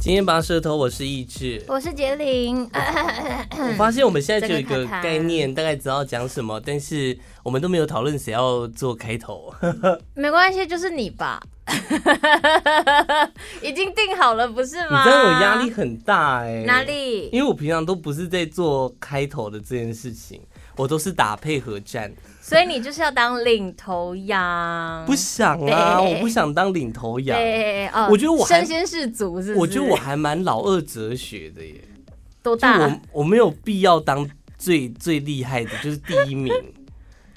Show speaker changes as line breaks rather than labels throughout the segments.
今天拔舌头，我是意志。
我是 杰林，
我发现我们现在只有一
嗯这
个
个看看
概念，大概知道讲什么，但是我们都没有讨论谁要做开头。
没关系，就是你吧， 已经定好了，不 是
你
吗？
知道我压力？很大哎、
哪？里？
因为我平常都不是在做开头的这件事情，我都是打配合战。
所以你就是要当领头羊，
不想啊，
对
我不想当领头羊。
对，哦
我觉得我还
身先士卒，是不是？
我觉得我还蛮老二哲学的耶，
多
就
大？
我我没有必要当最最厉害的，就是第一 名，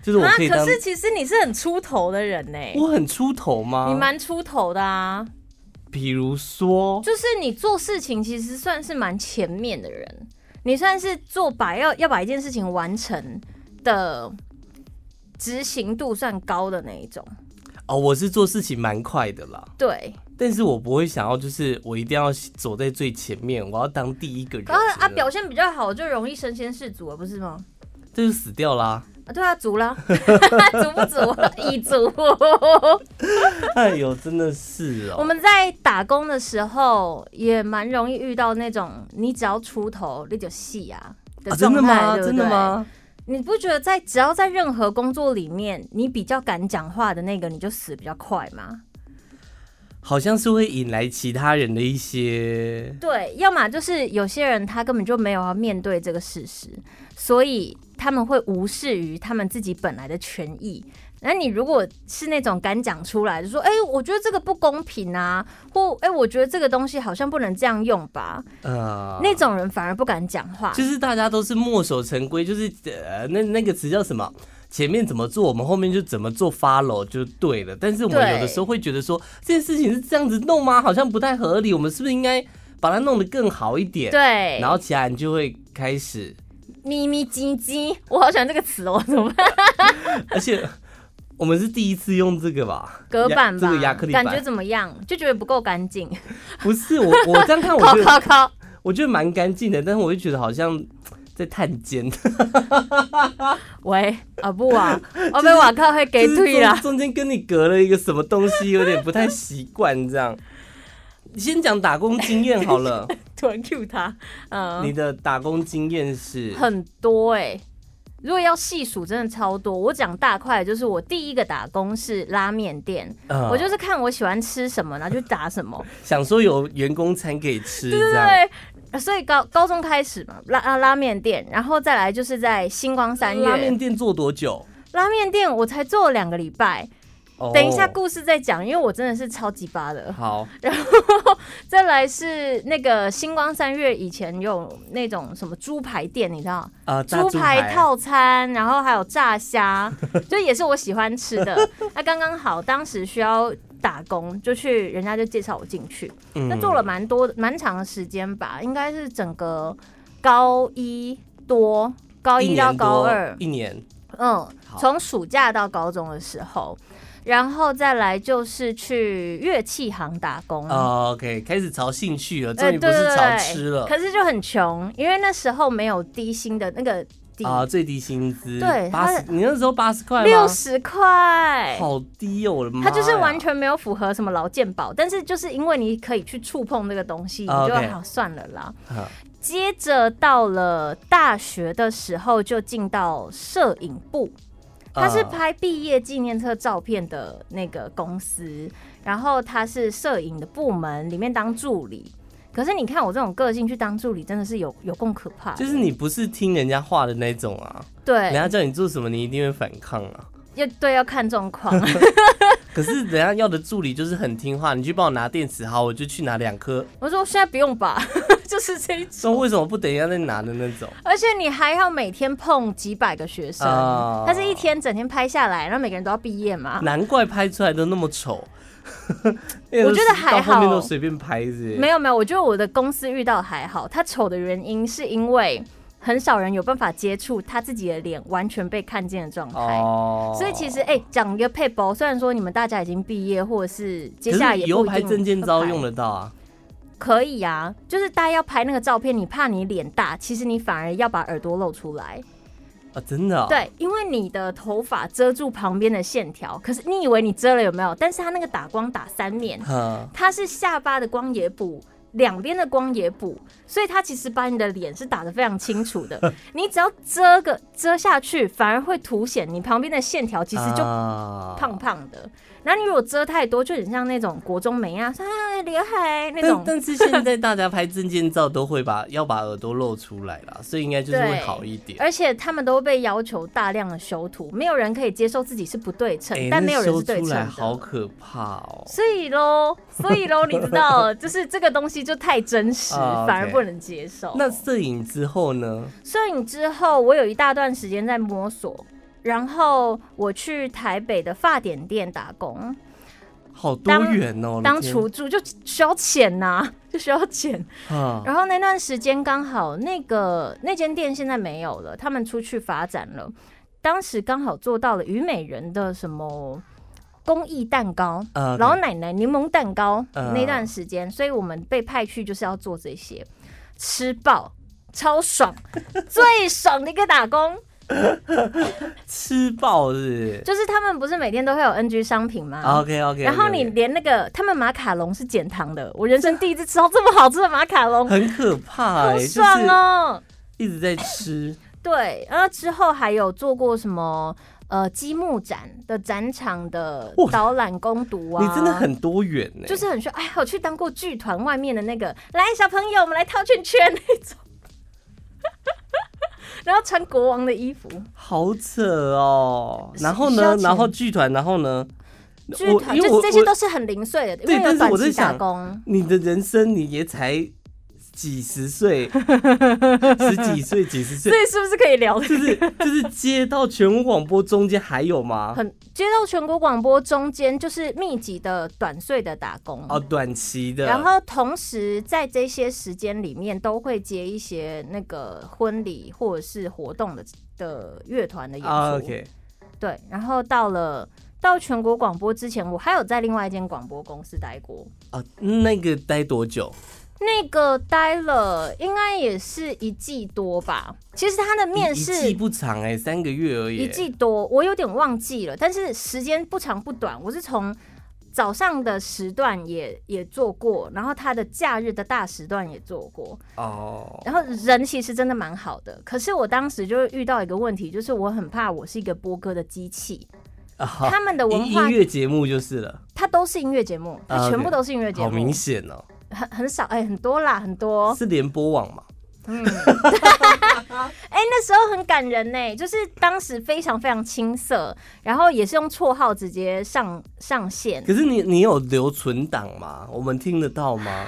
就是我
啊，
可以当
可。是其实你是很出头的人呢、
我啊很出头吗？
你蛮出头的啊，
比如说，
就是你做事情其实算是蛮前面的人，你算是做把要要把一件事情完成的执行度算高的那一种。
哦，我是做事情蛮快的啦，
对，
但是我不会想要，就是我一定要走在最前面，我要当第一个人之类
然
的。
后啊表现比较好就容易身先士卒了，不是吗？
这就死掉啦！
啊，对啊，足啦，足不足？ 已足。
哦哎呦，真的是
我
哦，
们在打工的时候也蛮容易遇到那种，你只要出头你就戏啊
啊
的
真
状
的
态、
吗？
对不
真
对
的？吗？
你不觉得在只要在任何工作里面，你比较敢讲话的那个，你就死比较快吗？
好像是会引来其他人的一些
对，要么就是有些人他根本就没有要面对这个事实，所以他们会无视于他们自己本来的权益。那你如果是那种敢讲出来，就说：“哎、我觉得这个不公平啊，或哎、我觉得这个东西好像不能这样用吧。
呃
那种人反而不敢讲话。
就是大家都是墨守成规，就是呃，那那个词叫什么？前面怎么做，我们后面就怎么做，follow 就对了。但是我们
对
有的时候会觉得说，这件事情是这样子弄吗？好像不太合理。我们是不是应该把它弄得更好一点？。
对，
然后其他人就会开 始，
咪咪唧唧，我好喜欢这个词哦，怎么办？
而且我们是第一次用这个 吧？
隔
呀
板吧，
这个亚克力板
感觉怎么样？就觉得不够干净。
不是我，我这样看，我
靠
觉得
靠靠！
我觉得蛮干净的，但是我就觉得好像在探监，
喂，啊不 啊，我被瓦靠会 给
就是
退啦
中。中间跟你隔了一个什么东西，有点不太习惯这样。先讲打工经验好了，
突然 Q 他， 嗯、
你的打工经验 是
很多哎、如果要细数，真的超多。我讲大块，就是我第一个打工是拉面店，
呃
我就是看我喜欢吃什 么，然后就打什么。
想说有员工餐可以吃这样。
对，所以高高中开始嘛，拉啊拉面店，然后再来就是在星光三
拉面
月
店做多久？
拉面店，我才做了两个礼拜。
哦
等一下故事再讲，因为我真的是超级巴的。
好，
再来是那个星光三月以前有那种什么猪排店，你知道？
呃，炸
猪排套餐，然后还有炸虾， 就也是我喜欢吃 的。那刚刚好，当时需要打工，就去人家就介绍我进去，
嗯
那做了蛮多蛮长的时间吧，应该是整个高一多，高
一
一
年
到
多
高二，
一年，
嗯
好，
从暑假到高中的时候，然后再来就是去乐器行打工。
哦，OK，开始朝兴趣了，终
呃
于不
嗯对
是
对
朝
对
吃了
可是就很穷，因为那时候没有低薪的那个底
啊、最低薪资
对
八
他
十，你那时候八十块吗？
六十块，
好低哦，我的妈呀！
它就是完全没有符合什么劳健保，但是就是因为你可以去触碰这个东西，你
啊
就
，OK
好算了啦。
啊
接着到了大学的时候，就进到摄影部，它是
啊
拍毕业纪念册照片的那个公司，然后它是摄影的部门里面当助理。可是你看我这种个性去当助理，真的是有有够可怕的。
就是你不是听人家话的那种啊，人
对，
家叫你做什么，你一定会反抗啊。
要对要看状况。
可是人家要的助理就是很听话，你去帮我拿电池，好，我就去拿两颗。
我说现在不用吧， 就是这一种。
说为什么不等一下再拿的那种？
而且你还要每天碰几百个学生，
哦
他是一天整天拍下来，然后每个人都要毕业嘛。
难怪拍出来都那么丑。
我觉得还好
到后面都随便拍是
没有没有，我觉得我的公司遇到还好，他丑的原因是因为很少人有办法接触他自己的脸完全被看见的状态。
哦
所以其实，哎、讲一个配包，虽然说你们大家已经毕业，或者是接
可
下来
是
也
以后
不一
拍
定
证件照用
了，
得到啊。
可以啊，就是大家要拍那个照片，你怕你脸大，其实你反而要把耳朵露出来。
啊，真的、哦。
对，因为你的头发遮住旁边的线条，可是你以为你遮了有没有？但是它那个打光打三面，
嗯，
它是下巴的光也补，两边的光也补，所以它其实把你的脸是打得非常清 楚的。你只要遮个遮下去，反而会凸显你旁边的线条，其实就
啊
胖胖的。然后你如果遮太多，就很像那种国中美啊，啊刘海那
但
种。
但是现在大家拍证件照都会把 要把耳朵露出来啦，所以应该就是会
对
好一点。
而且他们都被要求大量的修图，没有人可以接受自己是不对称，
哎，
但没
那
有人
修
是对
出
称
来
的。
好可怕哦！
所以喽，所以喽，你知道，就是这个东西就太真实，
啊，OK
反而不能接受。
那摄影之后呢？
摄影之后，我有一大段时间在摸索，然后我去台北的发点店打工，
好多
当
元哦，我的
当
哦天
厨助就需要钱呐、 就需要钱。
啊，
然后那段时间刚好那个那间店现在没有了，他们出去发展了。当时刚好做到了虞美人的什么公益蛋糕，
呃，
老奶奶柠檬蛋糕、
嗯
那段时间，所以我们被派去就是要做这些，吃爆超爽， 最爽的一个打工。
吃爆是
就是他们不是每天都会有 NG 商品吗？
？OK OK，
啊然后你连那个他们马卡龙是减糖的，我人生第一次吃到这么好吃的马卡龙，
很可怕
好
哎，就是
爽哦！
一直在吃，
对，然后之后还有做过什么呃积木展的展场的
哇
导览攻读啊，
你真的很多元呢，
就是很炫。哎，我去当过剧团外面的那个，来小朋友，我们来套圈 圈那种。然后穿国王的衣服，
好扯哦。然后
需要
呢？
钱
然后剧团，然后呢？
剧
我
团
因为
就
我
是这些
我
都是很零碎的，因
对
为
但
有
是
短
我在
期打
想
工。
你的人生你也才几十 岁，十几岁、几十岁
所，以是不是可以聊这
就
个
是就是接到全国广播中间还有吗？
很接到全国广播中间就是密集的短碎的打工
哦，短期的，
然后同时在这些时间里面都会接一些那个婚礼或者是活动的的乐团的演出。
啊，OK，
对，然后到了到全国广播之前，我还有在另外一间广播公司待过，
啊，那个待多久？
那个待了应该也是一季多吧。其实他的面
一
试
一季不长哎，三个月而已。
一季多，我有点忘记了，但是时间不长不短，我是从早上的时段也也做过，然后他的假日的大时段也做过，
哦，
然后人其实真的蛮好的，可是我当时就遇到一个问题，就是我很怕我是一个播歌的机器，
啊
他们的文
音
化
音乐节目就是了，
它都是音乐节目，
啊
它
，OK
全部都是音乐节
好
目哦
明，显哦，
很很少哎、很多啦，很多，
是联播网嘛？
哎、那时候很感人呢、就是当时非常非常青涩，然后也是用绰号直接上上线，
可是你你有留存档吗？我们听得到吗？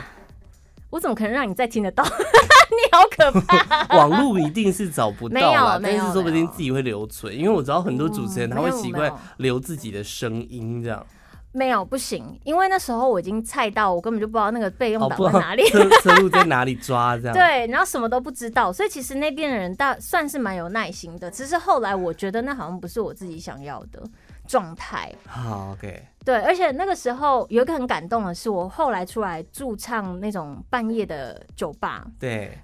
我怎么可能让你再听得到？ 你好可 怕！
网络一定是找不到啦，
没
但
有
是说不
没
定
有
自己会留存，因为我知道很多主持人
嗯
他会
没有
习
没
惯
有
留自己的声音这样。
没有，不行，因为那时候我已经菜到，我根本就不知道那个备用
哦，
档
不
在
知道
哪里。
车 车路在哪里抓这样。，
对，然后什么都不知道，所以其实那边的人大算是蛮有耐心的。只是后来我觉得那好像不是我自己想要的状态。
好，OK，
对，而且那个时候有一个很感动的是，我后来出来驻唱那种半夜的酒吧，
对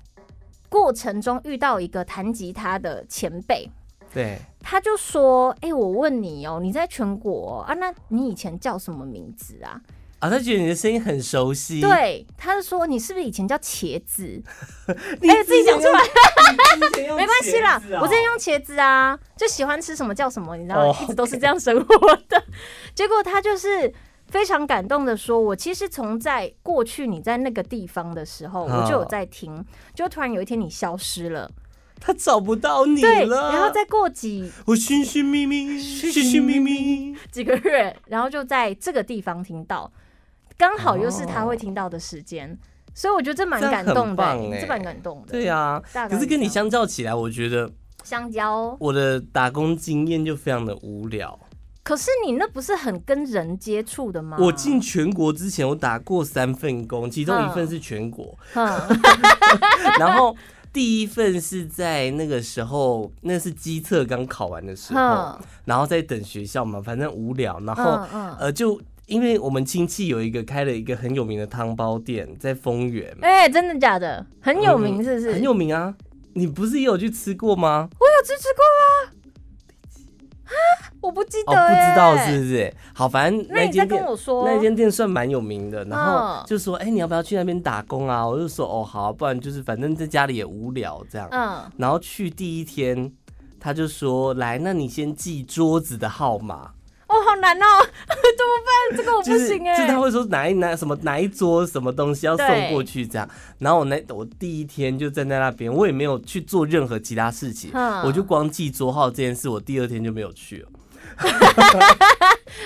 过程中遇到一个弹吉他的前辈，
对，
他就说：“哎、我问你哦、你在全国、哦、啊？那你以前叫什么名字啊？”
啊，他觉得你的声音很熟悉，，
对，他就说你是不是以前叫茄子？
你
哎自己讲出
来，
没
没
关系啦，我之前用茄子啊，就喜欢吃什么叫什么，你知道吗？
啊哦
一直都是这样生活的。 结果他就是非常感动的说，我其实从在过去你在那个地方的时候，我就有
哦
在听，就突然有一天你消失了，
他找不到你
对，
了，
然后再过几
我寻寻觅觅，寻寻觅觅，
几个月，然后就在这个地方听到，刚好又是他会听到的时间。所以我觉得这蛮
这样
感
很
动的、
棒欸
这蛮感动的。
对啊，
大概
可是跟你
这
相
样
较起来，我觉得
香蕉，
我的打工经验就非常的无聊。
可是你那不是很跟人接触的吗？
我进全国之前，我打过三份工，其中一份
嗯
是全国，
哼，
然后第一份是在那个时候，那是机测刚考完的时候
哼，
然后在等学校嘛，反正无聊，然后
嗯嗯
呃就。因为我们亲戚有一个开了一个很有名的汤包店，在丰原，
哎、真的假的？很有啊名是不是？
很有名啊！你不是也有去吃过吗？
我有吃吃过啊我不记
哦，
得、
不
欸，
知道是不是？好，反正
那
那
你再
间
跟
店。
我说，
那间店算蛮有名的，然后
嗯
就说：“哎、你要不要去那边打工啊？”我就说：“哦，好啊、不然就是反正在家里也无聊这样。
嗯，
然后去第一天，他就说：“来，那你先记桌子的号码。
哦，好难哦， 怎么办？这个我不
就是
行哎、
就是他会说哪一哪什么哪一桌什么东西要送过去这样。然后我那我第一天就站在那边，我也没有去做任何其他事情，
嗯
我就光记桌号这件事，我第二天就没有去了。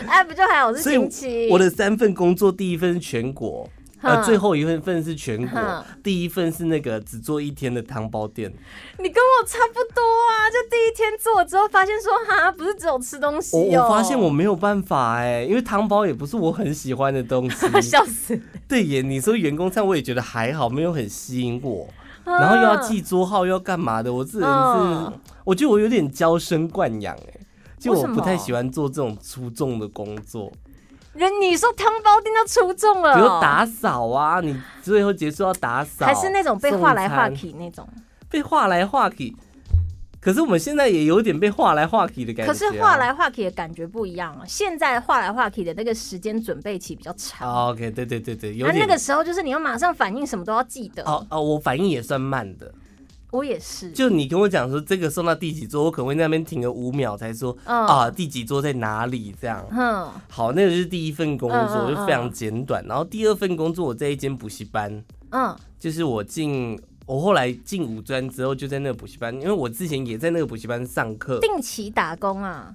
哎，不就还好是
所以
星期，
我的三份工作，第一份是全国。呃，
嗯
最后一份份是全国
嗯，
第一份是那个只做一天的汤包店，
你跟我差不多啊，就第一天做之后发现说哈，不是只有吃东西
我
哦，
我发现我没有办法哎、因为汤包也不是我很喜欢的东 西，
笑死，
对耶，你说员工餐我也觉得还好，没有很吸引我。 然后又要记桌号，又要干嘛的？我这人是
嗯，
我觉得我有点娇生惯养哎，就
为
我
什
不太
么
喜欢做这种出众的工作，
人你说汤包店都出众了、
比如
哦，
打扫啊，你最后结束要打扫，
还是那种被画来画
送餐，
去那种，
被画来画去。可是我们现在也有点被画来画去的感觉
可
啊、
是画来画去的感觉不一样啊。现在画来画去的那个时间准备期比较长，
啊，OK，对对对对，有
那那
点。
个时候就是你要马上反应，什么都要记得。
哦哦，我反应也算慢的。
我也是，
就你跟我讲说这个送到第几桌，我可能会在那边停个五秒才说、
嗯
啊第几桌在哪里这样。
哼，
好，那个就是第一份工
嗯
作，
嗯
就非常简短。然后第二份工作，我在一间补习班，
嗯
就是我进我后来进五专之后就在那个补习班，因为我之前也在那个补习班上课，
定期打工啊，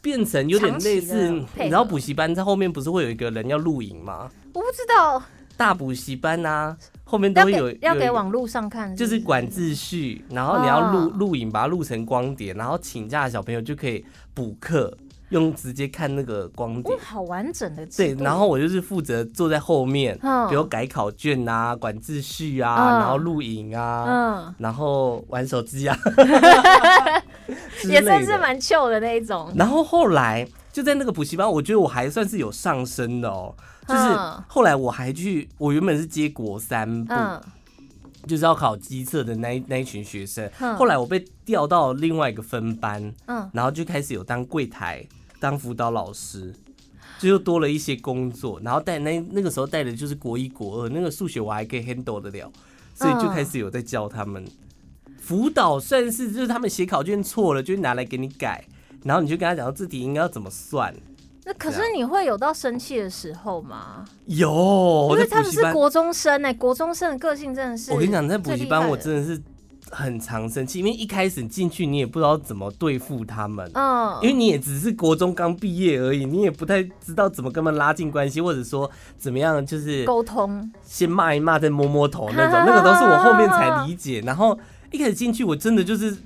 变成有点类似，
长期的配合
你知道补习班在后面不是会有一个人要录影吗？
我不知道，
大补习班啊，后面都
要
会有
给要
有一
给
个
网络上看
就是
不
管秩序，然后你要录
哦
录影，把它录成光碟，然后请假的小朋友就可以补课，用直接看那个光碟
哦，。好完整的制
对，
度
然后我就是负责坐在后面，
嗯
比如改考卷啊、管秩序
嗯
啊，然后录影啊，
嗯，
然后玩手机 啊，之
也算
类
是
的
蛮旧的那一种，
然后后来就在那个补习班，我觉得我还算是有上升的哦。就是
嗯
后来我还去，我原本是接国三部，
嗯
就是要考机测的那一那一群学生。
嗯
后来我被调到另外一个分班，
嗯，
然后就开始有当柜台、当辅导老师，就又多了一些工作。然后带那那个时候带的就是国一、国二，那个数学我还可以 handle 得了，所以就开始有在教他们辅导，算是就是他们写考卷错了，就拿来给你改。然后你就跟他讲，这题应该要怎么算？
那
啊
可是你会有到生气的时候吗？
有，
因
我
为
在
他
补
们
习
是
班，
国中生哎，国中生的个性真的是，
我跟你讲，在补习班我真
的，
的是很常生气，因为一开始进去你也不知道怎么对付他们。
嗯，
因为你也只是国中刚毕业而已，你也不太知道怎么跟他们拉近关系，或者说怎么样，就是
沟通，
先骂一骂，再摸摸头 那种。那个都是我后面才理解。然后一开始进去，我真的就是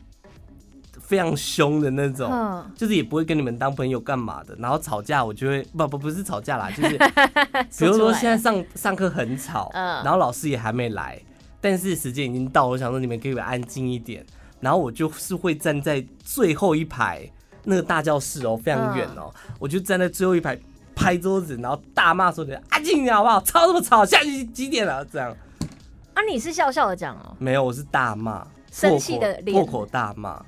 非常凶的那种，
嗯，
就是也不会跟你们当朋友干嘛的。然后吵架，我就会不不不是吵架啦，就是 比如说现在上上课很吵，
嗯
然后老师也还没来，但是时间已经到，我想说你们可以安静一点。然后我就是会站在最后一排那个大教室哦，非常远哦，
嗯
我就站在最后一排拍桌子，然后大骂说：“你安静一点好不好？吵什么吵？下去几点了？”这样
啊，你是笑笑的讲哦，
没有，我是大骂，
生气的脸
破口破口大骂。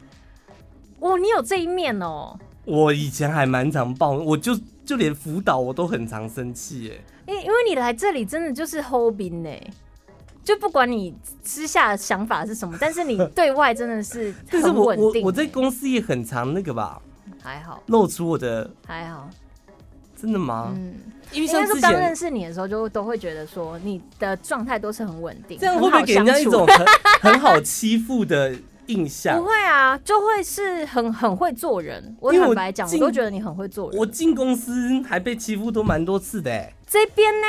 哦，你有这一面哦，
我以前还蛮常暴怒，我就就连辅导我都很常生气耶。
因因为你来这里真的就是 h o b i n 呢、就不管你私下的想法是什么，但是你对外真 的是
但是
很
我
稳
我
定、
我在公司也很常那个吧，
还好
露出我的
还好，
真的吗？
嗯，
因为
应
像
该
之
说刚认
前
识你的时候就都会觉得说你的状态都是很稳定，
这样会不会给人家一种很很好欺负的印
很好相处
象
不？会啊，就会是很很会做人。我
因为我
坦白讲，我
进
都觉得你很会做人。
我进公司还被欺负都蛮多次的、欸，
这边呢，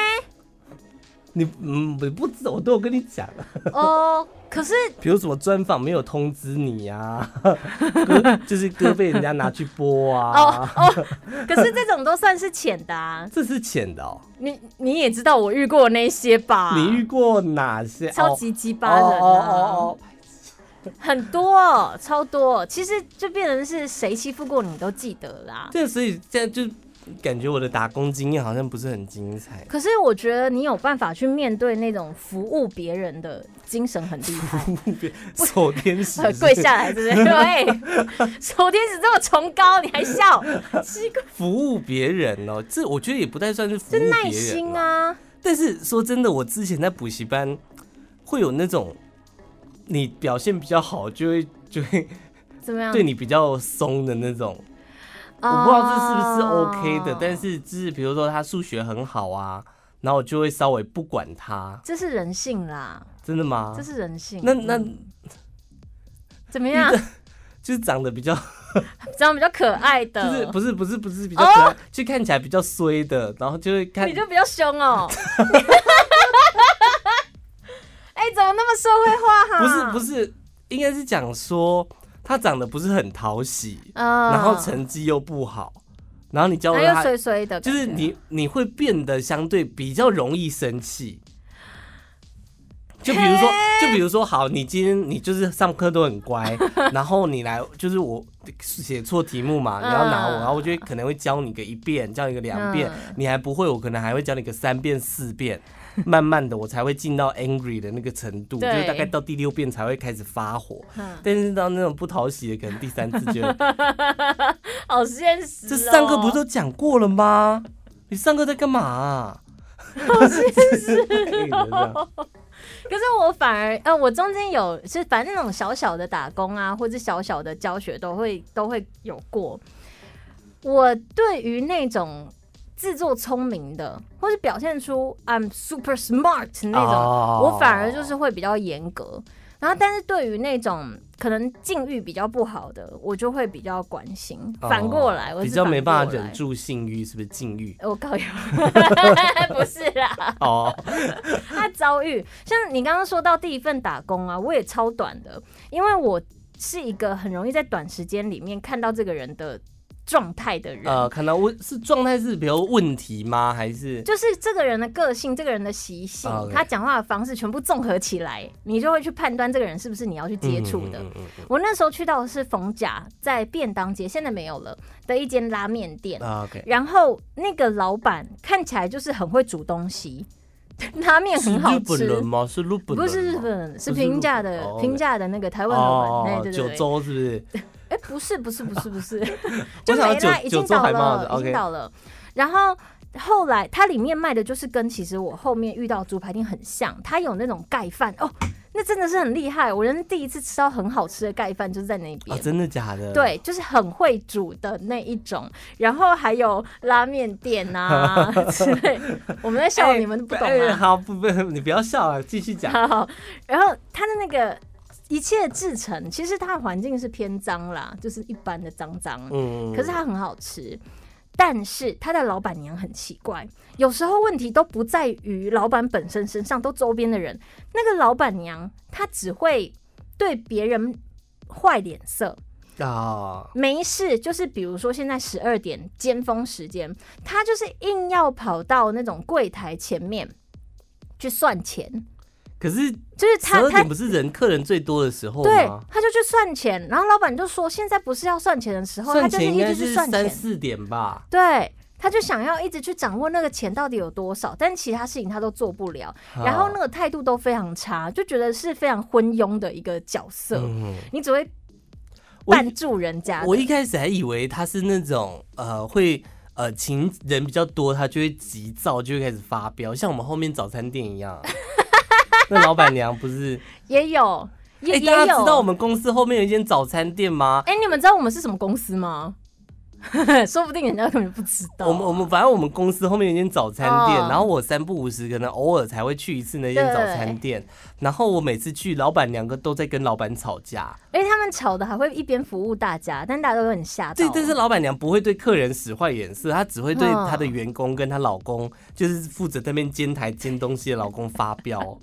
你嗯我不知道，我都有跟你讲，
哦，可是
比如什么专访没有通知你啊， 歌就是歌被人家拿去播
哦
啊，
哦，可是这种都算是浅的啊。
这是浅的哦。
你你也知道我遇过那些吧？
你遇过哪些？
超级鸡巴人啊，
哦，
很多超多，其实就变成是谁欺负过你都记得啦。
对，所以现在就感觉我的打工经验好像不是很精 彩。
可是我觉得你有办法去面对那种服务别人的精神很厉害，
守天使
呃，
是
跪下来是不 是？对，守天使这么崇高，你还笑？
啊
奇怪，
服务别人哦，这我觉得也不太算是服务
这
别
耐
人
心
啦。
啊，
但是说真的，我之前在补习班会有那种，你表现比较好，就会 就会
怎么样？
对你比较松的那种。
哦，
我不知道这是不是 OK 的，但是就是比如说他数学很好啊，然后我就会稍微不管他，
这是人性啦，
真的吗
这？是人性。
那那
怎么样？
就是长得比较，
长得比较可爱
就
的，
是不是不是不是比较可爱，就看起来比较衰的，然后就会看
哦你就比较 凶哦。哎、怎么那么社会化
不
哈、
是不是，应该是讲说他长得不是很讨喜，
嗯
然后成绩又不好，然后你教
他
了
又
他，
衰衰的感觉，
就是你你会变得相对比较容易生气。就比如说，就比如说，好，你今天你就是上课都很 乖，然后你来就是我写错题目嘛，你要拿我，
嗯
然后我就会可能会教你个一遍，教你个两遍，
嗯
你还不会，我可能还会教你个三遍 四遍，慢慢的我才会进到 angry 的那个程度，就
对
是大概到第六遍才会开始发火
嗯，
但是到那种不讨喜的，可能第三次就会
好现实、哦。
这上课不是都讲过了吗？你上课在干嘛、啊？好现实、
可是我反而，呃，我中间有是反正那种小小的打工啊，或者小小的教学都会都会有过。我对于那种自作聪明的，或是表现出 I'm super smart 那种
哦
我反而就是会比较严格。然后，但是对于那种可能境遇比较不好的，我就会比较关心。 反过来，我是
哦比较没办法
反过来
忍。住性欲，是不是禁欲？
我靠， 不是啦，
哦，
他遭遇，像你刚刚说到第一份打工啊，我也超短的，因为我是一个很容易在短时间里面看到这个人的状态的人，
呃，看到问是状态是比如问题吗？还是
就是这个人的个性、这个人的习性、
啊，OK
他讲话的方式，全部综合起来，你就会去判断这个人是不是你要去接触的。
嗯嗯嗯嗯
我那时候去到的是逢甲，在便当街，现在没有了的一间拉面店。
嗯啊，OK，
然后那个老板看起来就是很会煮东西， 拉面
是
很好
日本
吃。
人吗？是日本人吗
不是日本人，是
不是
平价
日本
的
哦
平价的那个台湾老板，哎
哦
对，对
九
对，
州是不是？
哎不是不是不是不是，
我
就
想
没
要九
啦，已
九
经
州
倒
海帽子
了，已
，OK，
经倒了。然后后来它里面卖的就是跟其实我后面遇到的猪排店很像，它有那种盖饭哦，那真的是很厉害，我人生第一次吃到很好吃的盖饭就是在那
啊，
边。
真的假的？，
对，就是很会煮的那一种，然后还有拉面店呐、 之类。我们在笑你们不懂
哎
啊。
好，不不，你不要笑啊，继续讲。
好，然后它的那个一切制成，其实它的环境是偏脏啦，就是一般的脏脏，
嗯
可是它很好吃。但是它的老板娘很奇怪，有时候问题都不在于老板本身身上，都周边的人。那个老板娘她只会对别人坏脸色，
啊，
没事，就是比如说现在十二点尖峰时间，他就是硬要跑到那种柜台前面去算钱，
可是
就是
十
他
二
他
点不是人客人最多的时候
对
吗？，
他就去算钱，然后老板就说现在不是要算钱的时候，他
算
就是
钱应
一
该
直
是
去算
三
钱，
四点吧。
对。他就想要一直去掌握那个钱到底有多少，但其他事情他都做不了，然后那个态度都非常差，就觉得是非常昏庸的一个角色，
嗯，
你只会
我一
绊住人家的。
我一开始还以为他是那种呃会呃情人比较多，他就会急躁，就会开始发飙，像我们后面早餐店一 样。那老板娘不是？
也有， 也、
哎、
也
大家
有。
知道我们公司后面有一间早餐店吗？
哎、你们知道我们是什么公司吗？ 说不定人家根本不知道。
我们我们反正我们公司后面有一间早餐店，
哦
然后我三不五时可能偶尔才会去一次那间
对
早餐店，然后我每次去，老板娘都在跟老板吵架，
哎、他们吵的还会一边服务大家，但大家都很吓到。
对，但是老板娘不会对客人使坏眼色，她只会对
嗯
她的员工跟她老公，就是负责在那边煎台煎东西的老公发 飙。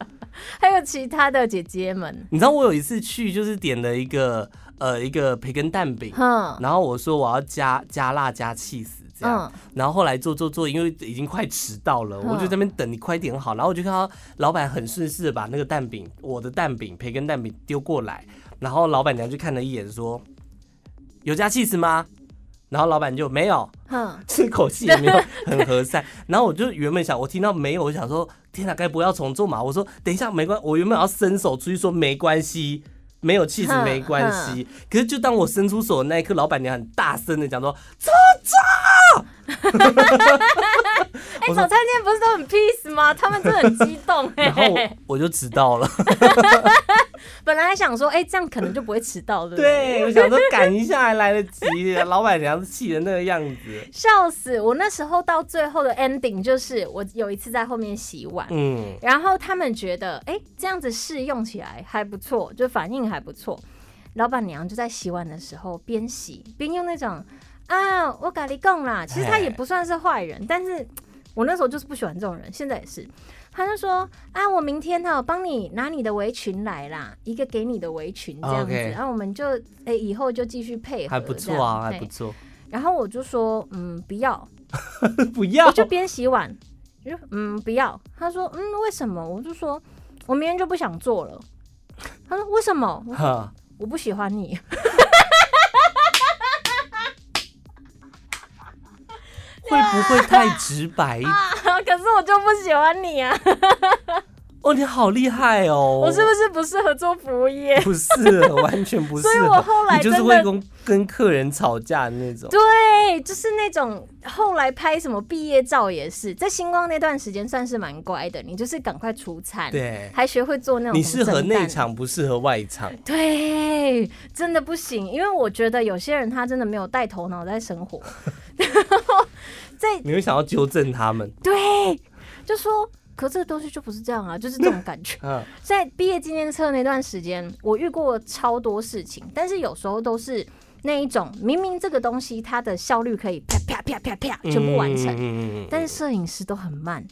还有其他的姐姐们，
你知道我有一次去，就是点了一个呃一个培根蛋饼，
哼，
然后我说我要加加辣加 cheese 这样，然后后来做做做，因为已经快迟到了，
嗯
我就在那边等你快点好，然后我就看到老板很顺势的把那个蛋饼，我的蛋饼培根蛋饼丢过来，然后老板娘就看了一眼说：“有加 cheese 吗？”然后老板就没有，
哼，
这口气也没有很和善。然后我就原本想，我听到没有，我想说，天哪，该不要重做嘛？我说等一下没关，我原本要伸手出去说没关系，没有气质
哼
没关系。可是就当我伸出手的那一刻，老板娘很大声的 讲说，
哎、早餐店不是都很 peace 吗？他们真的很激动哎、
然后我我就迟到 了。
本来还想说，哎、这样可能就不会迟到，对不对？
对，我想说赶一下还来得及，老板娘气的那个样子。
笑死！我那时候到最后的 ending 就是，我有一次在后面洗碗，
嗯，
然后他们觉得，哎、这样子试用起来还不错，就反应还不错。老板娘就在洗碗的时候边洗边用那种啊，我咖喱贡啦，其实他
哎
也不算是坏人，但是我那时候就是不喜欢这种人，现在也是。他就说啊，我明天呢、帮你拿你的围裙来啦，一个给你的围裙这样子，
OK
然后、我们就哎、以后就继续配合，
还不错啊，
这
还
样
不。错。
嘿然后我就说，嗯，不要，
不要
我，就边洗碗，我就嗯不要。他说嗯为什么？我就说我明天就不想做了。他说为什么？我
哈，
我不喜欢你。
会不会太直 白？
可是我就不喜欢你啊！
哦，你好厉害哦！
我是不是不适合做服务业？
不是，完全不是。
所以我后来
你就是
真
会
的
跟跟客人吵架的那种。
对，就是那种后来拍什么毕业照也是，在星光那段时间算是蛮乖的，你就是赶快出餐，
对，
还学会做那种
你
什
适
么
合
蒸
内
蛋
场，不适合外场。
对，真的不行，因为我觉得有些人他真的没有带头脑在生活，
你会想要纠正他们。。
对，就说可这个东西就不是这样啊，就是这种感觉
嗯，
在毕业纪念册那段时间，我遇过超多事情，但是有时候都是那一种，明明这个东西它的效率可以啪啪啪啪啪全部完成，
嗯嗯嗯
但是摄影师都很慢。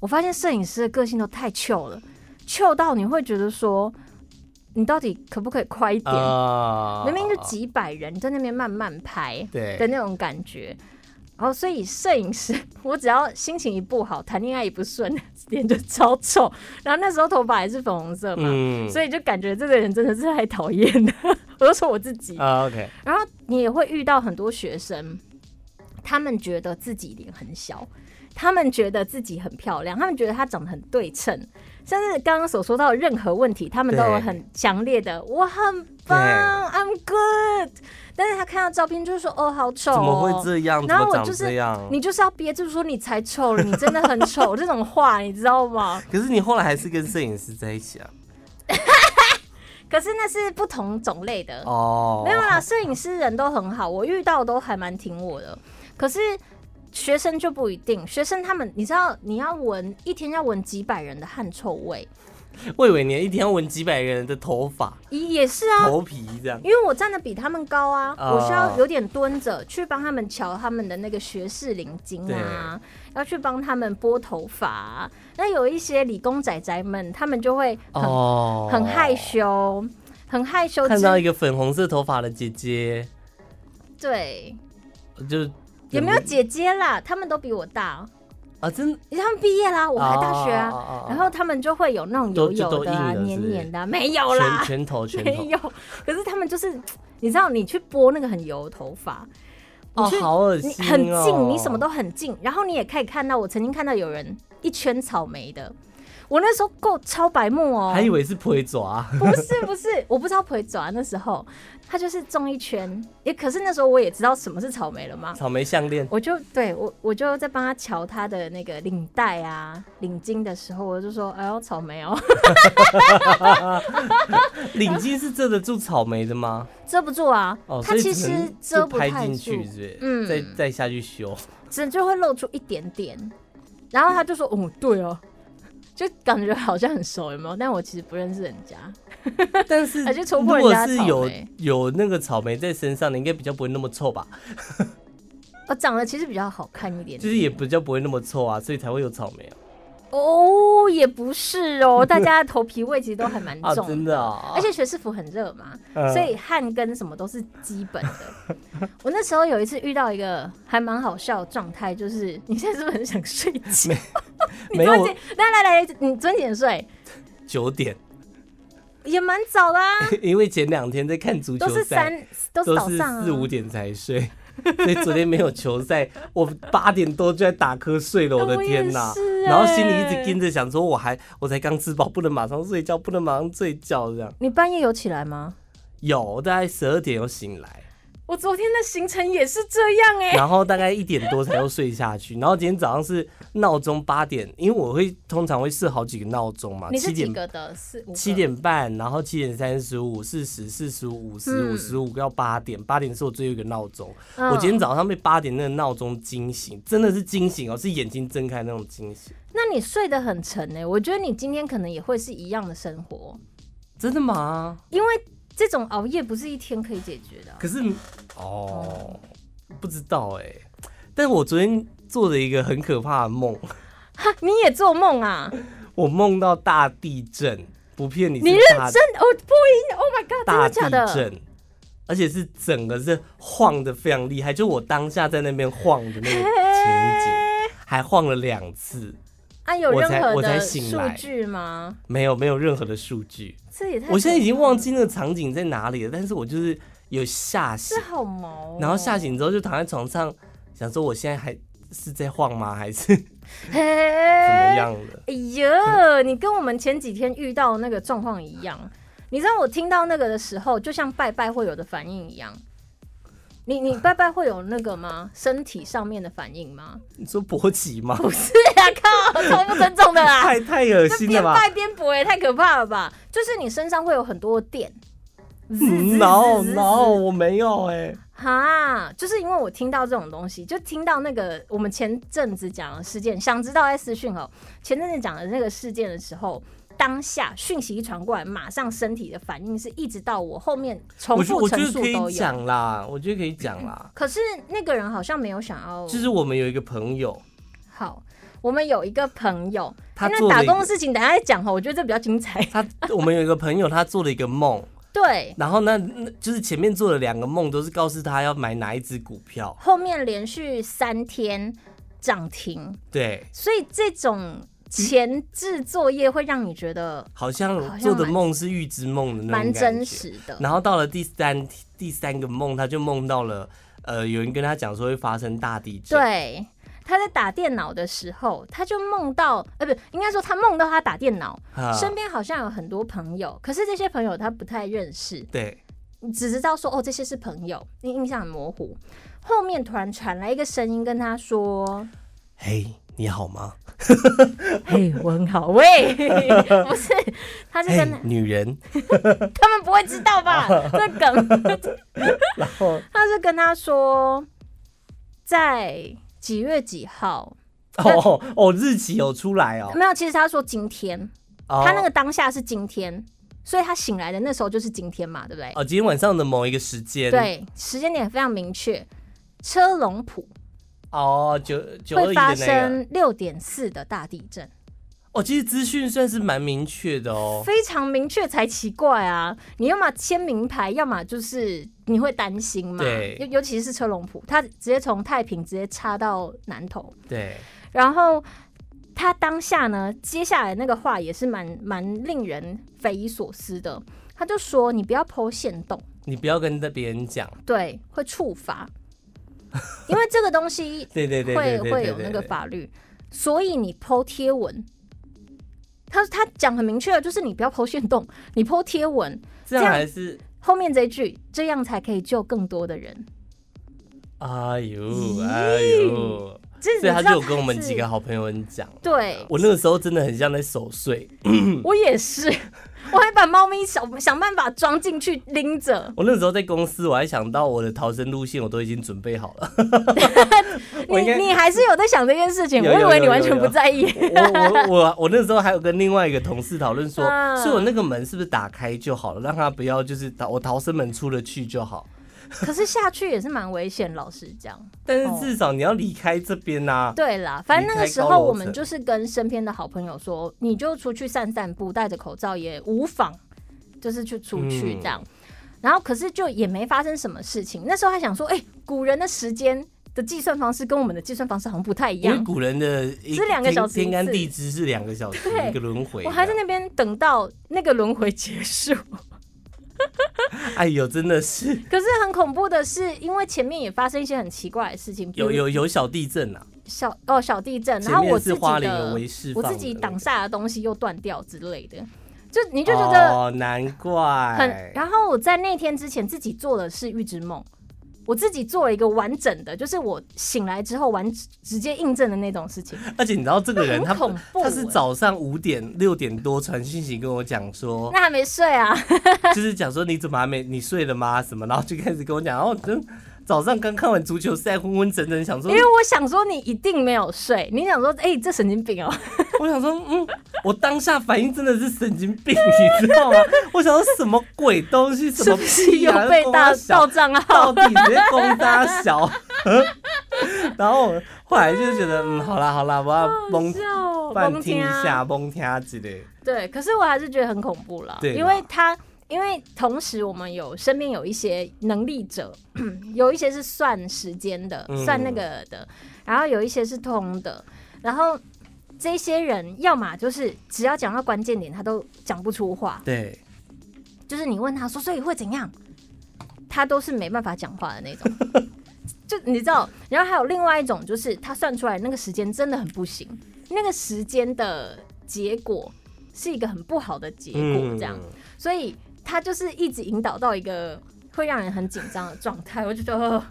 我发现摄影师的个性都太糗了，糗到你会觉得说，你到底可不可以快一点？
啊
明明就几百人在那边慢慢拍，的
对，
那种感觉。然后，所以摄影师， 我只要心情一不好，谈恋爱一不顺， 脸就超丑。然后那时候头发还是粉红色嘛，
嗯
所以就感觉这个人真的是太讨厌了。 我就说我自己。
啊，OK，
然后你也会遇到很多学生，他们觉得自己脸很小，他们觉得自己很漂亮，他们觉得他长得很对称，甚至刚刚所说到的任何问题，他们都有
对
很强烈的“我很棒，I'm good”，但是他看到照片就是说“哦，好丑、哦”，
怎么会这样？怎
然后
么
我
长
就是
这样？
你就是要憋住说你才丑了，你真的很 丑这种话，你知道吗？
可是你后来还是跟摄影师在一 起啊？
可是那是不同种类的，
哦，
没有啊啦，摄影师人都很好，我遇到都还蛮挺我的。可是学生就不一定，学生他们你知道，你要闻一天要闻几百人的汗臭味，
我以为你一天要闻几百人的头发、
也也是啊，
头皮这样。
因为我站的比他们高啊，
哦
我需要有点蹲着去帮他们瞧他们的那个学士领巾啊，要去帮他们拨头发、啊。那有一些理工仔仔们，他们就会很、
哦，
很害。羞，很害羞之，
看到一个粉红色头发的姐姐，
对，
就
也没有姐姐啦，他们都比我大，
啊？真
因为他们毕业啦，我还大学啊。
哦哦哦哦
然后他们就会有那种
都
油
就
油
都
的、
硬
啊、
了是不是
黏黏的啊、没有啦
拳，拳头拳头
没有。可是他们就是，你知道，你去拨那个很油的头发，
哦，
你去
好恶心、
你
哦！
很近，你什么都很近，然后你也可以看到，我曾经看到有人一圈草莓的，我那时候够超白目哦、
还以为是啊不会抓，
不是不是，我不知道腿爪那时候，他就是种一圈，也可是那时候我也知道什么是草莓了 嘛，
草莓项链
我就对我我就在帮他瞧他的那个领带啊、领巾的时候，我就说，哎呦草莓哦，
领巾是遮得住草莓的吗？
遮不住啊，
哦，
它
所以
其
只
实
能
遮
就
不
拍
太
进
住，
去，是不是？
嗯
再再下去 修，
只就会露出一点点。然后他就说：“哦，对哦、 就感觉好像很熟，有没有？但我其实不认识人家。
但是
而且戳
如
破人
果
家
是
草
有
莓嗯
有那个草莓在身上的，应该比较不会那么臭吧？
我哦长得其实比较好看一点
就是也比较不会那么臭啊，所以才会有草莓啊。
哦，也不是哦，大家的头皮味其实都还蛮
啊
重
真的啊
而且学士服很热嘛，
嗯
所以汗跟什么都是基本的。我那时候有一次遇到一个还蛮好笑的状态，就是你现在是不是很想睡 觉？
没
你
有
昨天来来来，你昨天几点睡？
九点，
也蛮早啦、啊
因为前两天在看足球
都是
赛，
三，都是
都
早
是
上啊，
四五点才睡，所以昨天没有球赛，我八点多就在打瞌睡了，我的天哪！
我也是欸
然后心里一直盯着想说，我还我才刚吃饱，不能马上睡觉，不能马上睡觉这样。
你半夜有起来吗？
有，大概十二点又醒来，
我昨天的行程也是这样哎、
然后大概一点多才又睡下去，然后今天早上是闹钟八点，因为我会通常会设好几个闹钟嘛，
你是
七
几
点
个的？四五
七
个
点半，然后七点三十五、四十、四十五、十五、十五到八点，八点是我最后一个闹钟。
嗯
我今天早上被八点那个闹钟惊醒，真的是惊醒哦，是眼睛睁开那种惊醒。
那你睡得很沉哎、我觉得你今天可能也会是一样的生活，
真的吗？
因为这种熬夜不是一天可以解决的啊、
可是哦，不知道哎、但我昨天做了一个很可怕的梦，
哈，你也做梦啊？
我梦到大地震，不骗你是
你认
大
真哦，不音，Oh my God，真
大
的
地
假的？
震。而且是整个是晃的非常厉害，就我当下在那边晃的那个情景，还晃了两次。
啊，有
我
任
才
何
我才
的
醒
数
来
据吗？
没有没有任何的数据，
这也太……
我现在已经忘，记那个场景在哪里了，但是我就是有吓醒
这，好毛、哦。
然后吓，醒之后就躺在床上，想说我现在还是在晃吗，还 是怎
嘿，
么？样的？
哎呀，你跟我们前几天遇到那个状况一样。你知道我听到那个的时候，就像拜拜会有的反应一样。你你拜拜会有那个吗？身体上面的反应 吗？
你说勃起 吗？
不是啊，靠，超不尊重的啦！
太太恶
这
心
边
了吧
拜边驳也太可怕了吧！就是你身上会有很多电，
嗯！No No，我没有哎，
哈，就是因为我听到这种东西，就听到那个我们前阵子讲的事件，想知道在私讯哦，前阵子讲的那个事件的时候，当下讯息一传过来，马上身体的反应是一直到我后面重
我觉
复
我觉
陈
得
述
可
都
以
有。
讲啦，我觉得可以讲 啦。
可是那个人好像没有想要
就是我们有一个朋友，
好。我们有一个朋友，
他
哎那
做了
打
一个
工的事情等一下再讲哈，我觉得这比较精彩。
他我们有一个朋友，他做了一个梦，
对，
然后那那就是前面做了两个梦，都是告诉他要买哪一只股票，
后面连续三天涨停，
对。
所以这种前置作业会让你觉得
好
好
像
像
做的
蛮
梦是预知梦的那种感
蛮
觉嗯
真。实的。
然后到了第三第三个梦，他就梦到了，呃，有人跟他讲说会发生大地震。
对，他在打电脑的时候，他就梦到，呃，不，应该说他梦到他打电脑，
啊
身边好像有很多朋友，可是这些朋友他不太认识，
对，
你只知道说哦，这些是朋友，你印象很模糊。后面突然传来一个声音跟 他说
嘿、你好吗？：“
嘿，我很好喂。” 不是，他是
嘿、
跟他
女人。
他们不会知道吧？这梗，
然后
他是跟他说在几月几号。
哦哦，日期有出来哦。
没有，其实他说今天，
哦
他那个当下是今天，所以他醒来的那时候就是今天嘛，对不对？
哦，今天晚上的某一个时间。。
对，时间点非常明确。车龙埔
哦，九九二
会
一
发
的那个。
生六点四的大地震，
哦，其实资讯算是蛮明确的哦。
非常明确才奇怪啊！你要么签名牌，要么就是你会担心嘛。
对
尤尤其是车龙埔，他直接从太平直接插到南投，
对。
然后他当下呢，接下来那个话也是蛮蛮令人匪夷所思的。他就说：“你不要剖线洞。”
你不要跟别人讲，
对，会处罚， 因为这个东西
对 对对
会
对对
会有
对
那
对
个
对
法律，所以你剖贴文，他他讲很明确，就是你不要剖线动，你剖贴文，
这样
这样
还是
后面这一句这样才可以救更多的人。
哎呦
咦
哎呦，
这
所以他
你知道
就有跟我们
是
几个好朋友们讲，
对
我那个时候真的很像在守岁，
我也是，我还把猫咪想想办法装进去拎着，
我那时候在公司，我还想到我的逃生路线，我都已经准备好 了。我应
你
该
你还是有在想这件事情，
有
我以
有
为
有
你完
有
全
有
不在意。
我我我我那时候还有跟另外一个同事讨论说，
嗯
所以我那个门是不是打开就好了，让他不要就是逃我逃生门出得去就好。
可是下去也是蛮危险，老实讲。
但是至少你要离开这边啊呐、
哦对啦，反正那个
离
时
开
候
高楼层
我们就是跟身边的好朋友说，你就出去散散步，戴着口罩也无妨，就是去出去
嗯
这样。然后可是就也没发生什么事情。那时候还想说，哎、古人的时间的计算方式跟我们的计算方式好像不太一
因为
样。
古人的一
是两个小时
天天干
一次
地支是两个小时
对
一个轮回。啊
我还在那边等到那个轮回结束，
哎呦，真的是
可是很恐怖的是，因为前面也发生一些很奇怪的事情，比如
有有有小地震啊，
小哦小地震，
前
嗯然后
面
我
是
自己
花莲有
的
维释
我
放
自己
的
挡
那个
下的东西又断掉之类的，就你就觉得
哦，难
很。
怪，
然后我在那天之前自己做的是预知梦，我自己做了一个完整的，就是我醒来之后完直接印证的那种事情。
而且你知道这个人
很
他
恐怖
他是
欸
早上五点六点多传讯息跟我讲说，
那还没睡啊？
嗯就是讲说你怎么还没你睡了吗什么，然后就开始跟我讲，然后我真早上刚看完足球赛，昏昏沉沉想说
因，为我想说你一定没有睡，你想说哎、这神经病哦、
我想说嗯，我当下反应真的是神经病，你知道吗？我想说什么鬼东西，什
是
么
不是
屁
又
啊，
被
跟我
大
想
到账号？
到底直接攻他小。 然后我后来就 觉得，嗯，好啦好啦，我要蒙
笑
半
崩
听
天
一
啊
下，蒙听之类。
对，可是我还是觉得很恐怖啦，
对啦
因为他。因为同时我们有身边有一些能力者， 有一些是算时间的、
嗯
算那个的，然后有一些是通的，然后这些人要么就是只要讲到关键点，他都讲不出话，
对，
就是你问他说所以会怎样，他都是没办法讲话的那种。 就你知道，然后还有另外一种，就是他算出来那个时间真的很不行，那个时间的结果是一个很不好的结果，这样，所以他就是一直引导到一个会让人很紧张的状态。我就觉得、呃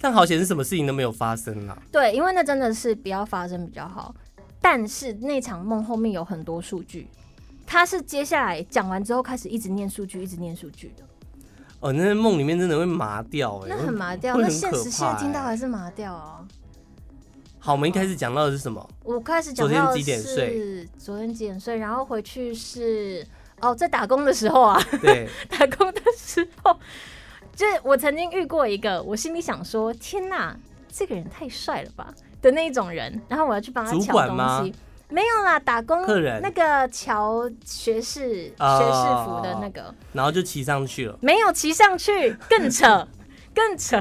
但好险是什么事情都没有发生啦。
对，因为那真的是不要发生比较好。但是那场梦后面有很多数据，他是接下来讲完之后开始一直念数据，一直念数据的。
哦，那梦里面真的会麻掉哎、
那很 麻掉，
会
那
很
现
可
实
怕
现在听到
欸
还是麻掉啊。
好，我们一开始讲到的是什么？
我开始讲
昨天
到
几点
是昨天几点睡，然后回去是哦，在打工的时候啊，
对，
打工的时候，就是我曾经遇过一个，我心里想说，天哪，这个人太帅了吧的那一种人，然后我要去帮他
主
瞧
管
东
吗
西。没有啦，打工
客人
那个乔学士、
哦
学士服的那个，
然后就骑上去了。
没有骑上去，更扯， 更扯，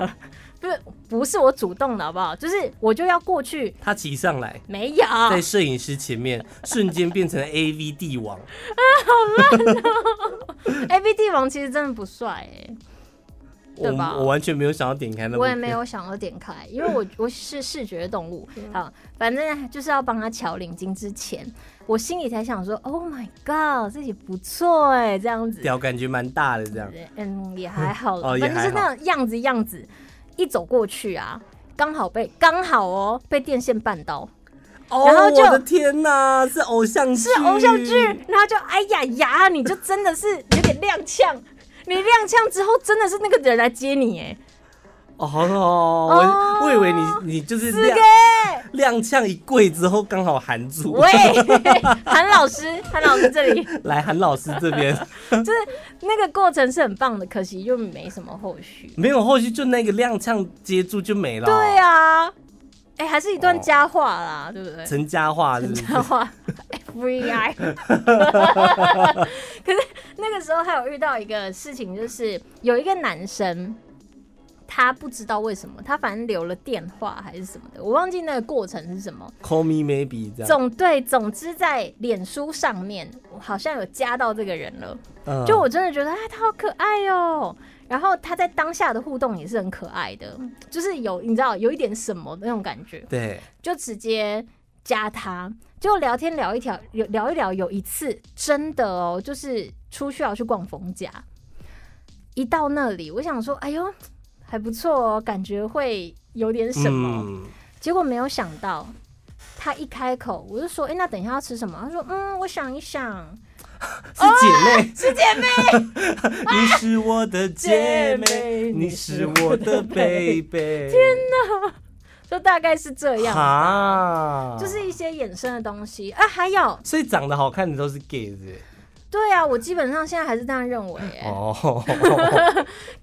不是不是我主动的好不好？就是我就要过去，
他骑上来，
没有，
在摄影师前面，瞬间变成 A V 帝王。
A 哎 B 帝王其实真的不帅哎、
我
对吧
我完全没有想要点开那部
我也
片，
没有想要点开，因为我我是视觉动物。
啊
好，反正就是要帮他瞧领巾之前，我心里才想说，Oh my god，这也不错哎、这样子。
屌，感觉蛮大的这样。
嗯，也还好啦，
哦也
反
还
正是那种样子样子，一走过去啊，刚好被刚好哦被电线绊到，
哦，
然后就
我的天哪，是偶像剧，
是偶像剧，然后就哎呀呀，你就真的是有点踉跄。你踉跄之后，真的是那个人来接你哎、
哦，我我以为你你就是
四
踉
个
踉跄一跪之后刚好含住，
喂， 韩老师，韩老师这里，
来韩老师这 边
那个过程是很棒的，可惜就没什么后续。
没有后续，就那个踉跄接住就没了。
对啊，哎、还是一段佳话啦，对不对？
陈嘉桦是不是
佳 话，FBI。可是那个时候还有遇到一个事情，就是有一个男生。他不知道为什么，他反正留了电话还是什么的，我忘记那个过程是什么。
？Call me maybe 这样，
总对，总之在脸书上面，我好像有加到这个人了。
嗯
就我真的觉得啊，他好可爱哦、然后他在当下的互动也是很可爱的，就是有你知道有一点什么的那种感觉，
对，
就直接加他，就聊天聊一聊，有聊一聊。有一次真的哦，就是出去要去逛逢甲，一到那里我想说，哎呦还不错哦，感觉会有点什么。
嗯？
结果没有想到，他一开口我就说，哎、那等一下要吃什么？他说，嗯，我想一想。
是姐妹，啊是姐妹， 你是我的姐妹，你是我的 baby。天
就大概是这样，
哈，
就是一些衍生的东西啊。还有，
所以长得好看的都是 gay 是不是
对啊，我基本上现在还是这样认为、欸
哦，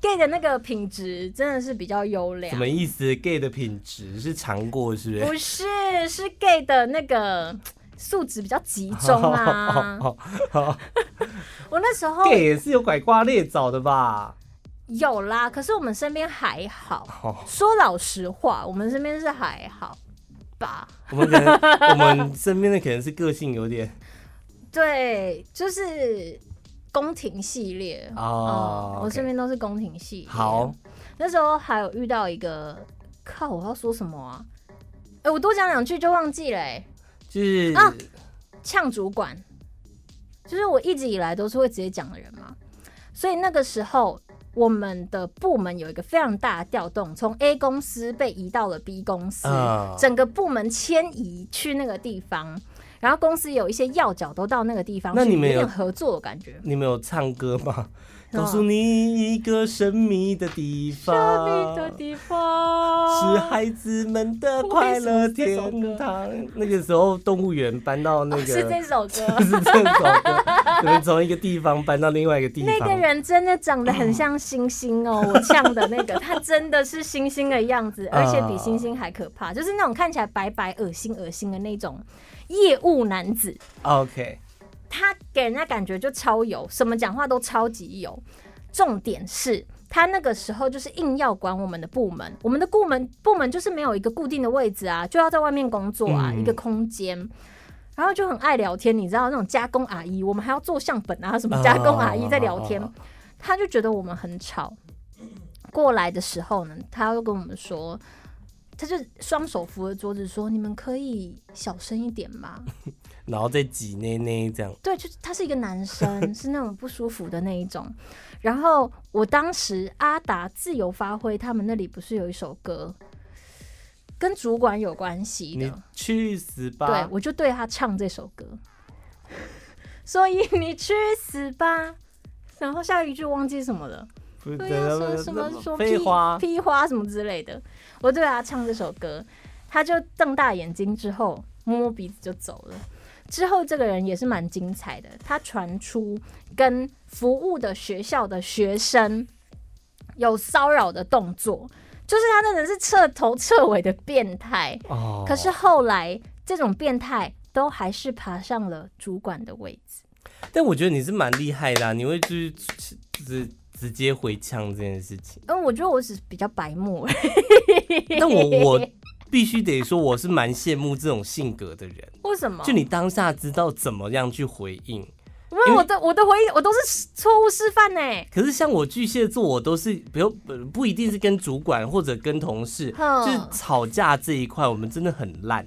g a y 的那个品质真的是比较优良
什，么意思？gay 的品质是尝过是不是？
不是是 Gay 的那个素质比较集中
哦
啊。我那时候
gay 也是有拐瓜裂枣的吧？
有啦，可是我们身边还好。
哦，
说老实话，我们身边是还好吧？
我们可 能我们身边的可能是个性有点
对，就是宫廷系列
哦
我
OK
身边都是宫廷系列。
好，
那时候还有遇到一个，靠，我要说什么啊？哎、我多讲两句就忘记了、欸。
就是
啊呛主管，就是我一直以来都是会直接讲的人嘛，所以那个时候我们的部门有一个非常大的调动，从 A 公司被移到了 B 公司，
啊
整个部门迁移去那个地方。然后公司有一些要角都到那个地方去，
那你们有
有点合作的感觉。
你们有唱歌吗？
嗯
告诉你一个神秘的地方，
地方
是孩子们的快乐天
为什么是这首
堂。那个时候，动物园搬到那个、。
哦是这首 歌
是这首歌，可能从一个地方搬到另外一个地
那
方。
个人真的长得很像星星哦，我呛的那个，他真的是星星的样 子，而且
啊
比星星还可怕，就是那种看起来白白、恶心、恶心的那种业务男子，
OK，
他给人家感觉就超油，什么讲话都超级油。重点是他那个时候就是硬要管我们的部门，我们的部门部门就是没有一个固定的位置啊，就要在外面工作啊，
嗯
一个空间。然后就很爱聊天，你知道那种加工阿姨，我们还要做相本啊，什么加工阿姨在聊天
哦，
他就觉得我们很吵。过来的时候呢，他又跟我们说，他就双手扶着桌子说：“你们可以小声一点吗？”
然后再挤内内这样。
对，就是他是一个男生，是那种不舒服的那一种。然后我当时阿达自由发挥，他们那里不是有一首歌跟主管有关系
你
的，
去死
对
吧！
我就对他唱这首歌， 所以你去死吧。然后下一句忘记什么了，
不
对呀、说什么说
废
屁
话。
屁花什么之类的，我对他唱这首歌，他就瞪大眼睛之后摸摸鼻子就走了。之后这个人也是蛮精彩的，他传出跟服务的学校的学生有骚扰的动作，就是他真的是彻头彻尾的变态。
哦，
可是后来这种变态都还是爬上了主管的位置。
但我觉得你是蛮厉害的、啊，你会就是直直接回呛这件事 情。
嗯，我觉得我只是比较白目，
但我我必须得说，我是蛮羡慕这种性格的人。
为什么？
就你当下知道怎么样去回应。
不是
因为
我的我的回忆，我都是错误示范呢、
可是像我巨蟹座，我都是比如呃不一定是跟主管或者跟同事，
哼
就是吵架这一块，我们真的很烂。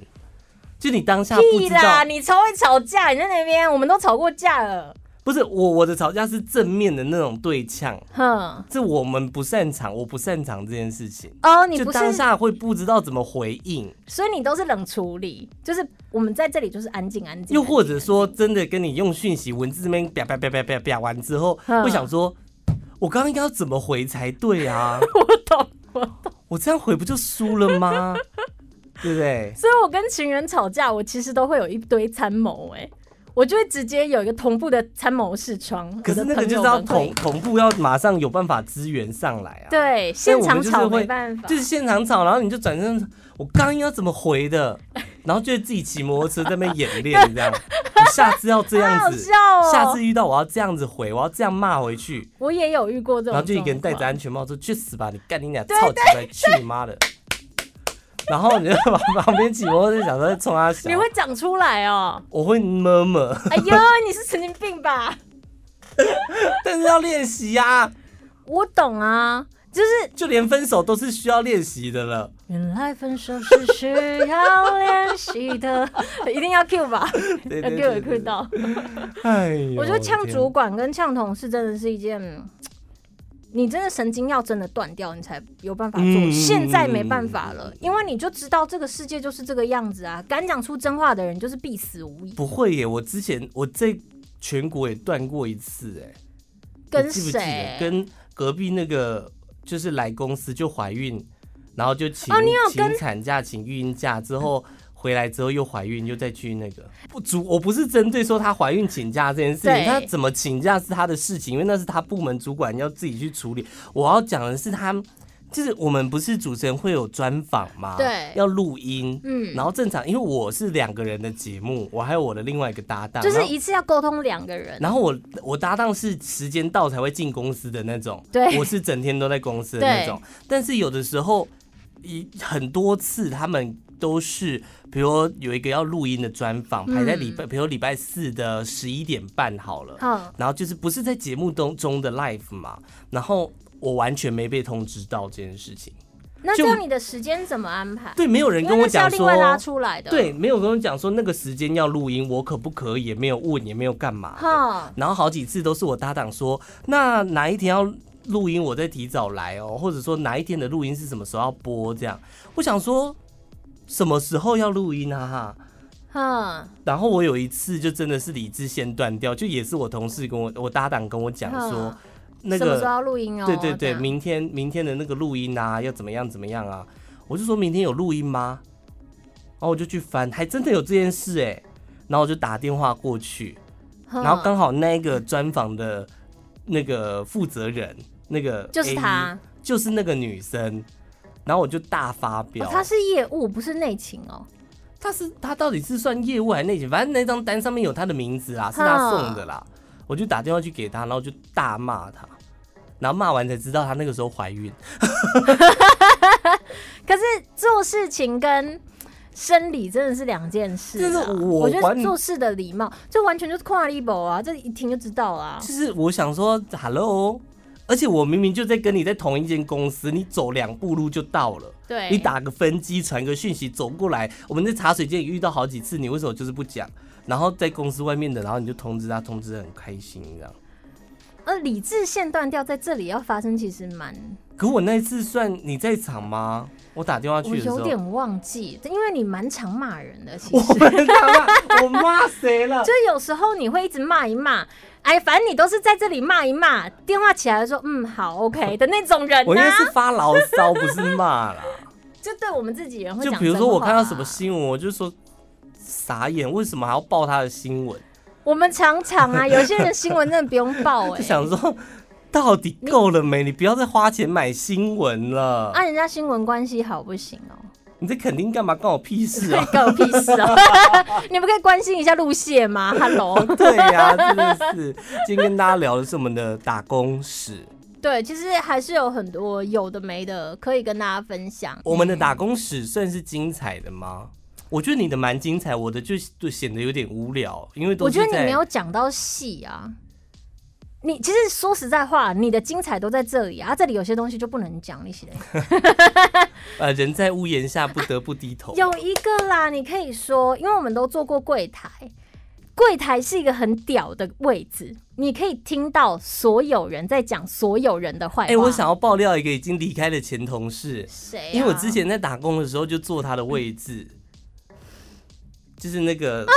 就你当下不
屁
知
啦！
道，
你超会吵架，你在那边，我们都吵过架了。
不是我我的吵架是正面的那种对呛，
哼，
这我们不擅长，我不擅长这件事情。
哦，你
就
不是，
当下会不知道怎么回应，
所以你都是冷处理，就是我们在这里就是安静安静。
又或者
安静
说真的跟你用讯息文字那边啪啪啪啪啪啪完之后，
哼
会想说，我刚刚应该要怎么回才对啊？
我懂，我懂。
我这样回不就输了 吗？对不对？
所以我跟情人吵架，我其实都会有一堆参谋，哎，我就会直接有一个同步的参谋视窗。
可是
我的
那个
朋
就
友
是要
们会
同同步，要马上有办法支援上来啊。，
对现场吵没办法，
就是现场吵，然后你就转身，我刚应该怎么回的， 然后就会自己骑摩托车在那边演练这样。你下次要这
好
样子，
笑哦。
下次遇到我要这样子回，我要这样骂回去，
我也有遇过这种状况，
然后就一个人戴着安全帽说：“去死吧，你干你俩操起来，去你妈的！” 然后你就往旁边骑摩托车，想说哎冲他笑
你，会讲出来哦。
我会么么，
哎呦，你是神经病吧？
但是要练习呀、啊。
我懂啊，就是
就连分手都是需要练习的了。
原来分手是需要练习 的，一定要 Q 吧，
对
要
对
Q
对
也 Q
对，
到。
哎呦，
我觉得呛
天
主管跟呛同事真的是一件，嗯你真的神经要真的断掉，你才有办法做。
嗯
现在没办法了，因为你就知道这个世界就是这个样子啊，敢讲出真话的人就是必死无疑。
不会耶！我之前我在全国也断过一次，哎，
跟
你记不记得？
谁？
跟隔壁那个就是来公司就怀孕，然后就请、
哦你有跟
请产假、请育婴假之后。回来之后又怀孕，又再去那个不主，我不是针对说她怀孕请假这件事情，
对
她怎么请假是她的事情，因为那是她部门主管要自己去处理。我要讲的是她，就是我们不是主持人会有专访吗？
对
要录音，
嗯
然后正常，因为我是两个人的节目，我还有我的另外一个搭档，
就是
然后
一次要沟通两个人，
然后我我搭档是时间到才会进公司的那种，
对
我是整天都在公司的那种。但是有的时候，一很多次他们都是，比如说有一个要录音的专访，排在礼拜，比如礼拜四的十一点半好了，
嗯，
然后就是不是在节目中中的 live 嘛，然后我完全没被通知到这件事情，
那
就
这样你的时间怎么安排？
对，没有人
因
跟
为
我
那是要
讲
另外拉
说，
出来的。，
对，没有跟我讲说那个时间要录音，我可不可以，也没有问，也没有干嘛的，
哈，
然后好几次都是我搭档说，那哪一天要录音，我再提早来哦，或者说哪一天的录音是什么时候要播这样。我想说什么时候要录音啊哈。
哈，
然后我有一次就真的是理智线断掉，就也是我同事跟我我搭档跟我讲说
哈，
那
啊什么时候
个
要录音哦？
对对对，
这样
明天明天的那个录音啊，要怎么样怎么样啊？我就说明天有录音吗？然后我就去翻，还真的有这件事哎、然后我就打电话过去，
哈
然后刚好那个专访的那个负责人，那个
就是
AE
他，
就是那个女生，然后我就大发飙。
哦他是业务，不是内勤哦。
她是她到底是算业务还是内勤？反正那张单上面有她的名字啊
嗯
啦，是她送的啦。我就打电话去给她，然后就大骂她，然后骂完才知道她那个时候怀孕。
可是做事情跟生理真的是两件事、啊。
这是我
我觉
管
得做事的礼貌，这完全就是跨立博啊，这一听就知道啊啦、
就是我想说，Hello，而且我明明就在跟你在同一间公司，你走两步路就到了。
对，
你打个分机，传个讯息走过来，我们在茶水间也遇到好几次，你为什么就是不讲？然后在公司外面的，然后你就通知他，通知的很开心这样。
呃，理智线断掉在这里要发生，其实蛮
可我那一次算你在场吗？ 我打电话去
我
的时候
有，点忘记，因为你蛮常骂人的，其
我
实。
们骂我骂谁了
就？是有时候你会一直骂一骂，哎，反正你都是在这里骂一骂，电话起来就说嗯好 OK 的那种人
我应
呐、
该是发牢骚，不是骂 啦。
就对我们自己人会
就
讲、啊
比如说我看到什么，新闻，我就说傻眼，为什么还要报他的新闻？
我们常 常啊，有些人新闻真的不用报哎、
就想说到底够了没？你不要再花钱买新闻了。
啊按人家新闻关系好不行 哦、
你在肯定干嘛？关我屁事啊！
关我屁事哦、 你们可以关心一下路线吗？Hello，
对呀、真的是。今天跟大家聊的是我们的打工史，
对，其实还是有很多有的没的可以跟大家分享。
我们的打工史算是精彩的吗？我觉得你的蛮精彩，我的就就显得有点无聊，因为都
我
是
觉
在
得你没有讲到戏啊。你其实说实在话，你的精彩都在这里啊，这里有些东西就不能讲，你写的
呃人在屋檐下不得不低头。
有一个啦，你可以说，因为我们都做过柜台，柜台是一个很屌的位置，你可以听到所有人在讲所有人的坏话。
哎、我想要爆料一个已经离开的前同事，
谁啊、
因为我之前在打工的时候就坐他的位置，就是那个，
嗯，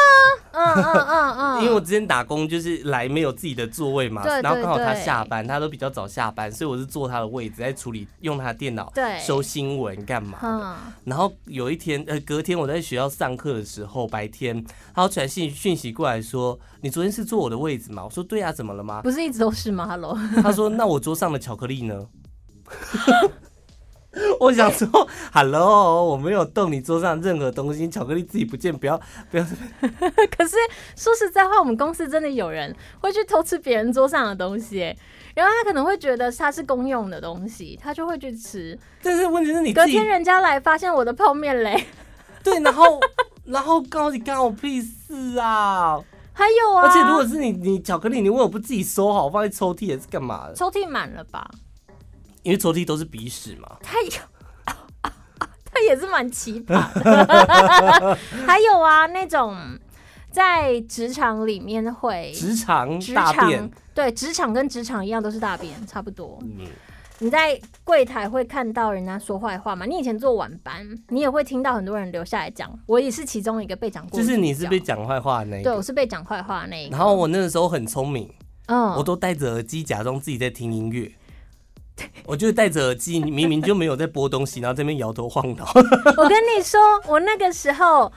嗯嗯嗯嗯，
因为我之前打工就是来没有自己的座位嘛，
对对
然后刚好他
对
下班，他都比较早下班，所以我是坐他的位置在处理用他的电脑
对
收新闻干嘛的。
嗯
然后有一天，呃，隔天我在学校上课的时候，白天，他传信讯息过来说：“你昨天是坐我的位置吗？”我说：“对啊，怎么了吗
不是一直都是吗？Hello，？”
他说：“那我桌上的巧克力呢？” 我想说，Hello，我没有动你桌上任何东西，巧克力自己不见，不要不要。
可是说实在话，我们公司真的有人会去偷吃别人桌上的东西、欸然后他可能会觉得它是公用的东西，他就会去吃。
但是问题是你
隔
自己
天人家来发现我的泡面嘞，
对，然后 然后告诉你干我屁事啊！
还有啊，
而且如果是你，你巧克力，你为什么不自己收好，放在抽屉也是干嘛的？
抽屉满了吧，
因为抽屉都是鼻屎嘛。
他有。啊他也是蛮奇葩 的，还有啊，那种在职场里面会
职场
职
大
场
便，
对职场跟职场一样都是大便，差不多。
嗯，
你在柜台会看到人家说坏话吗？你以前做晚班，你也会听到很多人留下来讲，我也是其中一个被讲
就
过的主角。
是你是被讲坏话的那一
对，我
个。
是被讲坏话的那一个。
然后我那个时候很聪明，
嗯，
我都戴着耳机假装自己在听音乐。我就戴着耳机，你明明就没有在播 东西，然后这边摇头晃脑。
我跟你说，我那个时候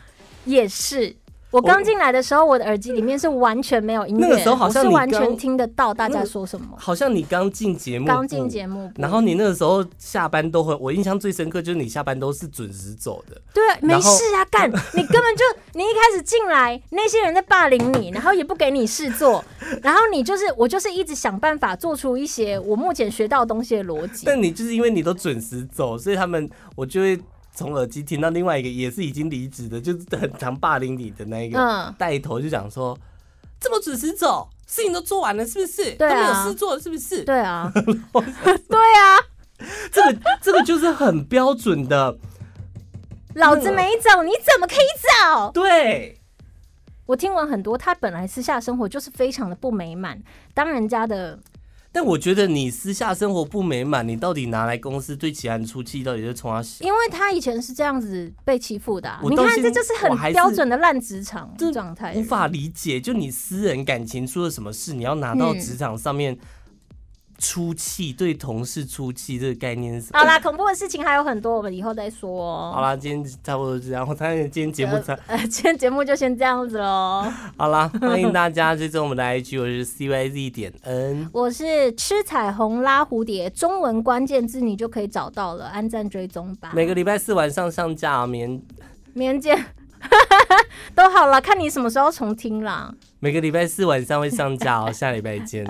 也是。我刚进来的时候，我的耳机里面是完全没有音乐，
那个时候好像
我
你
是完
刚
全听得到大家说什么。
好像你刚进节目，
刚进节目部，
然后你那个时候下班都会，我印象最深刻就是你下班都是准时走的。
对，没
然后
事啊，干，你根本就你一开始进来，那些人在霸凌你，然后也不给你事做，然后你就是我就是一直想办法做出一些我目前学到的东西的逻辑。
但你就是因为你都准时走，所以他们我就会从耳机听到另外一个也是已经离职的，就是很常霸凌你的那一个，
嗯，
带头就讲说，这么准时走，事情都做完了是不是？
对啊
都没有事做了是不是？
对啊，对啊，
这个这个就是很标准的，
老子没走，你怎么可以走？
对，
我听完很多，他本来私下生活就是非常的不美满，当人家的
但我觉得你私下生活不美满，你到底拿来公司对其他人出气，到底是冲他小？
因为他以前是这样子被欺负的啊、
我
你
到
看
现
这就是
我
很
还是
标准的烂职场
这
状态，
无法理解，就你私人感情出了什么事，你要拿
嗯
到职场上面出气，对同事出气这个概念是什么？
好啦，恐怖的事情还有很多，我们以后再说哦。
好啦，今天差不多就这样，我发现今天节目差。
呃， 今天节目就先这样子喽。
好啦，欢迎大家追踪我们的 IG，我是 CYZ 点 N。
我是吃彩虹拉蝴蝶，中文关键字你就可以找到了，按赞追踪吧。
每个礼拜四晚上上架啊，明
明天见， 都好了，看你什么时候重听啦。
每个礼拜四晚上会上架哦，下礼拜见。